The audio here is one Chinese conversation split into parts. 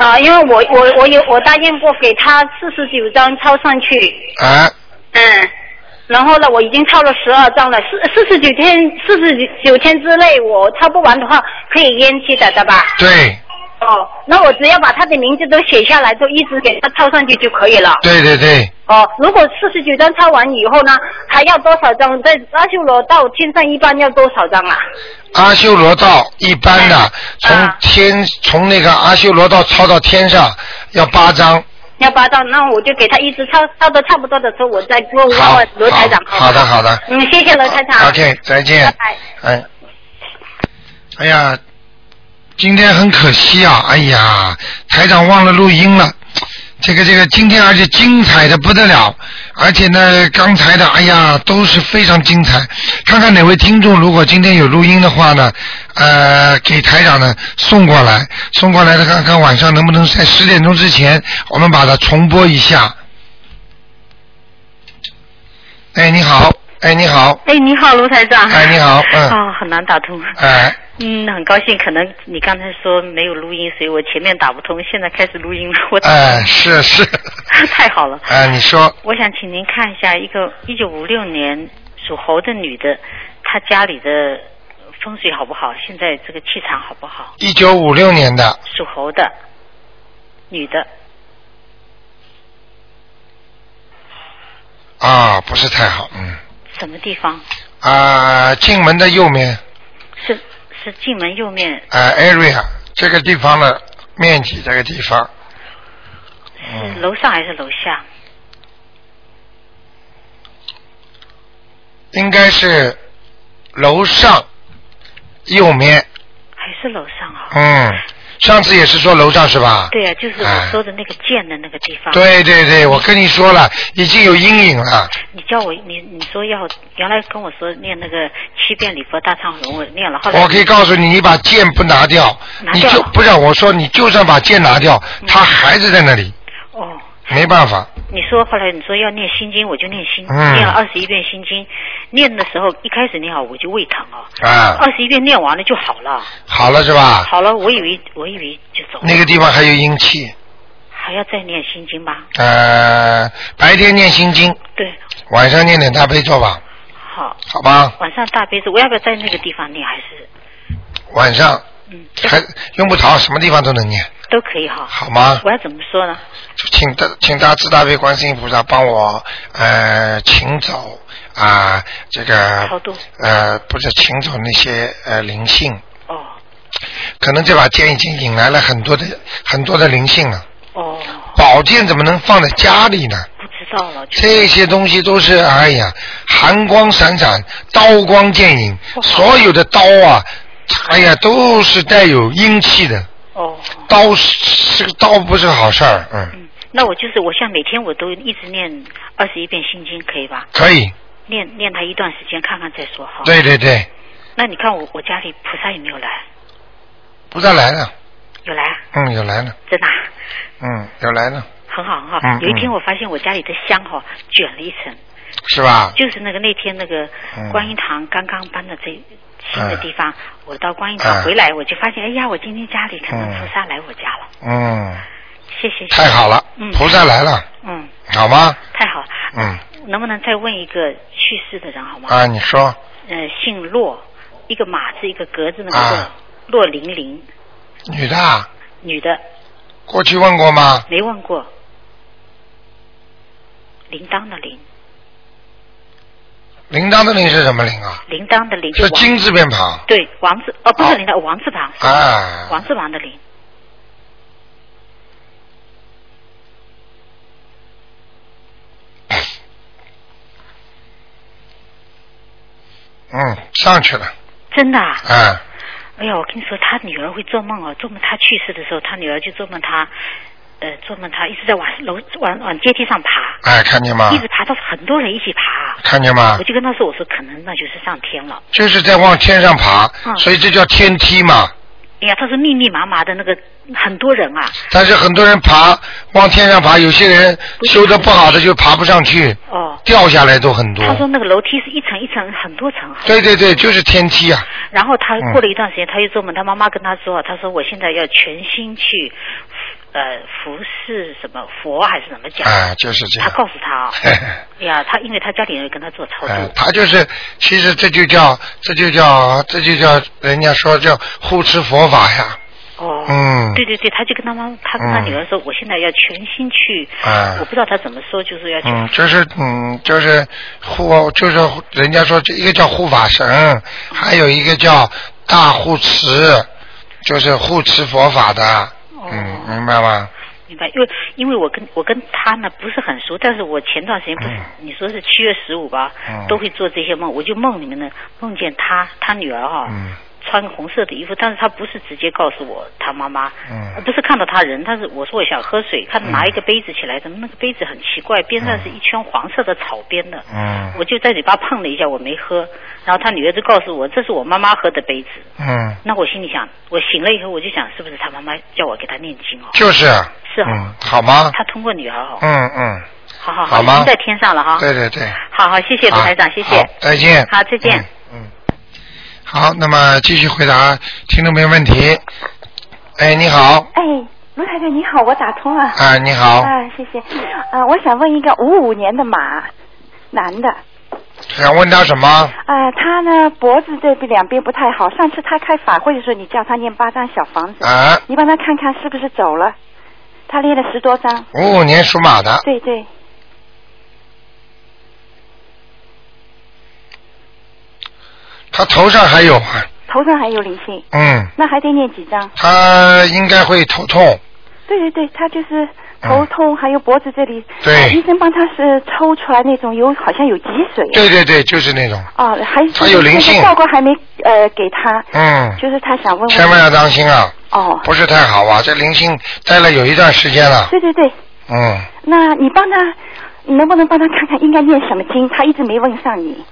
啊，因为我我我有我答应过给他四十九张抄上去，啊，嗯，然后呢，我已经抄了十二张了，四四十九天四十九天之内我抄不完的话，可以延期的，对吧？对哦，那我只要把他的名字都写下来，就一直给他抄上去就可以了。对对对，哦，如果四十九张抄完以后呢，还要多少张？在阿修罗到天上一般要多少张啊？阿修罗道一般的从啊天从那个阿修罗道抄到天上要八张，要八张，那我就给他一直抄，抄的差不多的时候，我再问问好问嗯罗台长。，好好的好的。嗯，谢谢罗台长。 OK，再见。拜拜。哎，哎呀，今天很可惜啊！哎呀，台长忘了录音了。这个这个，今天而且精彩的不得了，而且呢，刚才的哎呀都是非常精彩。看看哪位听众如果今天有录音的话呢，呃，给台长呢送过来，送过来的看看晚上能不能在十点钟之前我们把它重播一下。哎，你好，哎，你好，哎，你好，卢台长。哎，你好，嗯， 哦，很难打通。哎，嗯，很高兴，可能你刚才说没有录音，所以我前面打不通，现在开始录音了， 我、 哎，是是，太好了。哎，你说，我想请您看一下一个一九五六年属猴的女的，她家里的风水好不好？现在这个气场好不好？一九五六年的，属猴的女的，啊，不是太好，嗯，什么地方？啊，进门的右面，是是进门右面啊，area 这个地方的面积，这个地方，嗯是楼上还是楼下？应该是楼上右面，还是楼上啊？嗯，上次也是说楼上是吧？对啊，就是我说的那个剑的那个地嗯方。对对对，我跟你说了，已经有阴影了，你叫我你你说要原来跟我说念那个七遍礼佛大忏悔文，我念了，后来我可以告诉你，你把剑不拿掉，拿你掉嗯就不是我说，你就算把剑拿掉，它还是在那里，哦，没办法。你说后来你说要念心经，我就念心，嗯念了二十一遍心经，念的时候一开始念好我就胃疼哦，啊，二十一遍念完了就好了，好了是吧？好了我以为我以为就走了，那个地方还有阴气，还要再念心经吧？呃，白天念心经，对，晚上念点大悲咒吧，好，好吧？晚上大悲咒，我要不要在那个地方念还是晚上嗯还用不着，什么地方都能念，都可以哈？好吗？我要怎么说呢？请大请大慈大悲观世音菩萨帮我呃请走啊、这超个度呃不是请走那些呃灵性，哦可能这把剑已经引来了很多的很多的灵性了。哦，宝剑怎么能放在家里呢？不知道了，就这些东西都是哎呀，寒光闪闪，刀光剑影，所有的刀啊，哎呀，都是带有阴气的。哦。刀是这个刀不是好事儿，嗯，嗯，那我就是我，像每天我都一直念二十一遍心经，可以吧？可以，念念它一段时间，看看再说哈。。对对对，那你看我我家里菩萨有没有来？菩萨来了，有来啊，嗯，有来了，真的啊、嗯，有来了，很好很好。嗯嗯有一天我发现我家里的香哈、卷了一层，是吧？就是那个那天那个嗯观音堂刚刚搬的这。新的嗯地方，我到观音嗯堂回来，我就发现，哎呀，我今天家里可能嗯菩萨来我家了，嗯，谢谢。太好了，嗯菩萨来了，嗯，好吗？太好了。嗯，能不能再问一个去世的人好吗？啊，你说呃，姓骆，一个马字一个格子那个啊骆，骆玲玲，女的啊女的，过去问过吗？没问过。铃铛的铃，铃铛的铃是什么铃啊？铃铛的铃就是王金字边旁对王字哦，不哦是铃铛，王字旁，啊。王字旁的铃。嗯，上去了，真的啊！啊，哎呀，我跟你说，他女儿会做梦哦，做梦他去世的时候，他女儿就做梦他，呃，做梦他一直在往楼往往阶梯上爬，哎，看见吗一？直爬到很多人一起爬。看见吗我？就跟他说，我说可能那就是上天了。就是在往天上爬，嗯所以这叫天梯嘛。哎呀，他是密密麻麻的那个很多人啊，但是很多人爬往天上爬，有些人不是修的不好的就爬不上去，哦，掉下来都很多。他说那个楼梯是一层一层很多层，啊对对对，就是天梯啊，嗯然后他过了一段时间，他又做梦，他妈妈跟他说，他说我现在要全心去呃服侍什么佛还是怎么讲？啊，就是这他样。告诉他啊、嘿嘿哎呀，他因为他家里人跟他做操作，嗯，他就是，其实这就叫，这就叫，这就叫，人家说叫护持佛法呀，哦，嗯对对对，他就跟他妈，他跟他嗯女儿说，我现在要全心去，啊我不知道他怎么说，就是要去，嗯，就是嗯，就是护，就是人家说这一个叫护法神，还有一个叫大护持，就是护持佛法的，哦嗯，明白吗？明白？因为因为我跟我跟他呢不是很熟，但是我前段时间不是、嗯你说是七月十五吧，嗯都会做这些梦，我就梦里面呢梦见他他女儿啊哈、嗯穿个红色的衣服，但是他不是直接告诉我他妈妈，嗯呃不是看到他人，但是我说我想喝水，他拿一个杯子起来，怎么那个杯子很奇怪，边上是一圈黄色的草编的，嗯我就在嘴巴碰了一下，我没喝，然后他女儿就告诉我这是我妈妈喝的杯子，嗯，那我心里想，我醒了以后我就想是不是他妈妈叫我给他念经哦，就是，是哈、嗯，好吗？他通过女儿哦，嗯嗯，好好好已吗经在天上了哈，对对对。好好谢谢卢啊台长，谢谢好，再见。好再见。嗯。嗯好，那么继续回答听众朋友问题。哎，你好，哎，卢太太你好，我打通了。啊，你好，哎啊，谢谢。啊，我想问一个五五年的马，男的。想问他什么？啊，他呢脖子这边两边不太好。上次他开法会的时候，你叫他念八张小房子，啊，你帮他看看是不是走了。他练了十多张。五五年属马的，对对，他头上还有啊，头上还有灵性，嗯，那还得念几张？他应该会头痛，对对对，他就是头痛，还有脖子这里。嗯对啊医生帮他是抽出来那种有好像有积水。对对对，就是那种，哦，还他有灵性那个效果还没呃给他，嗯，就是他想问问。千万要当心啊，哦，不是太好啊，这灵性待了有一段时间了，对对对，嗯，那你帮他，你能不能帮他看看应该念什么经？他一直没问上你。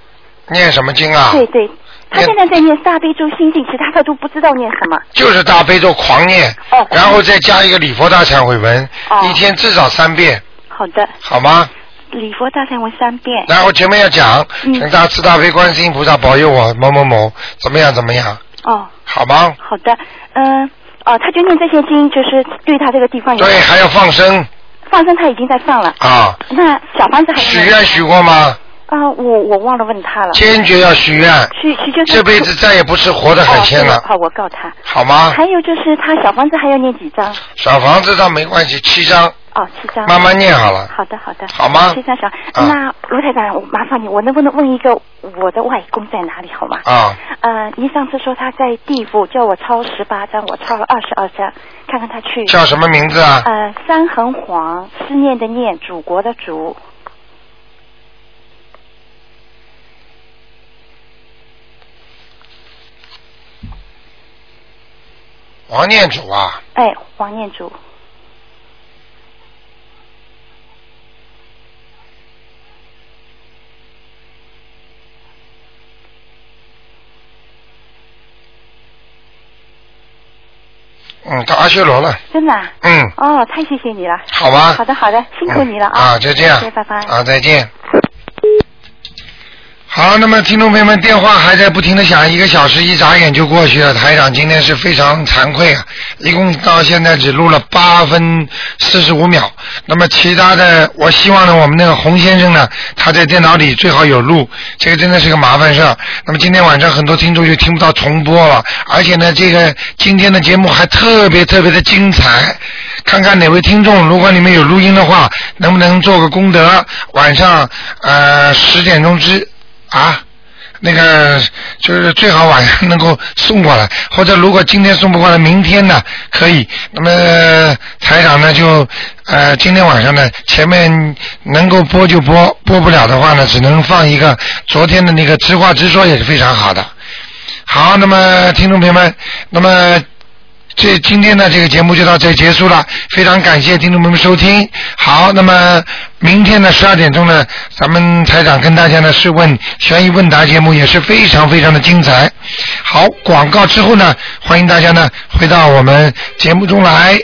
念什么经啊？对对，他念现在在念大悲咒心经，其他他都不知道念什么。就是大悲咒狂念哦，然后再加一个礼佛大忏悔文，哦一天至少三遍，好的，好吗？礼佛大忏文三遍。然后前面要讲，嗯请大慈大悲观世音菩萨保佑我某某某怎么样怎么样，哦，好吗？好的，嗯、哦，他就念这些经，就是对他这个地方有对，还要放生放生，他已经在放了。啊！那小房子还许有没有愿许过吗？啊、我我忘了问他了。坚决要许 愿，许许就是这辈子再也不吃活的海鲜哦了对，好，我告他。好吗？还有就是他小房子还要念几张？小房子倒没关系，七张哦，七张。慢慢念好了，好的，好的，好吗非常好。啊那卢台长，我麻烦你，我能不能问一个我的外公在哪里，好吗？啊，呃，您上次说他在地府，叫我抄十八张，我抄了二十二张，看看他去。叫什么名字啊？呃，三横黄，思念的念，祖国的祖。王念祖啊，哎，黄念祖。嗯，到阿修罗了，真的、啊？嗯，哦，太谢谢你了。好吧。好的，好的，辛苦你了啊！啊。啊，就这样。谢谢，拜拜。啊，再见。好，那么听众朋友们，电话还在不停的响，一个小时一眨眼就过去了。台长今天是非常惭愧啊，一共到现在只录了八分四十五秒。那么其他的，我希望呢，我们那个洪先生呢，他在电脑里最好有录，这个真的是个麻烦事儿。那么今天晚上很多听众就听不到重播了，而且呢，这个今天的节目还特别特别的精彩。看看哪位听众，如果你们有录音的话，能不能做个功德？晚上呃十点钟之啊，那个就是最好晚上能够送过来，或者如果今天送不过来，明天呢可以。那么台长呢就呃今天晚上呢前面能够播就播，播不了的话呢只能放一个昨天的那个直话直说也是非常好的。好，那么听众朋友们，那么这今天的这个节目就到这里结束了，非常感谢听众朋友们收听。好，那么明天呢十二点钟呢，咱们台长跟大家呢是问悬疑问答节目也是非常非常的精彩。好，广告之后呢，欢迎大家呢回到我们节目中来。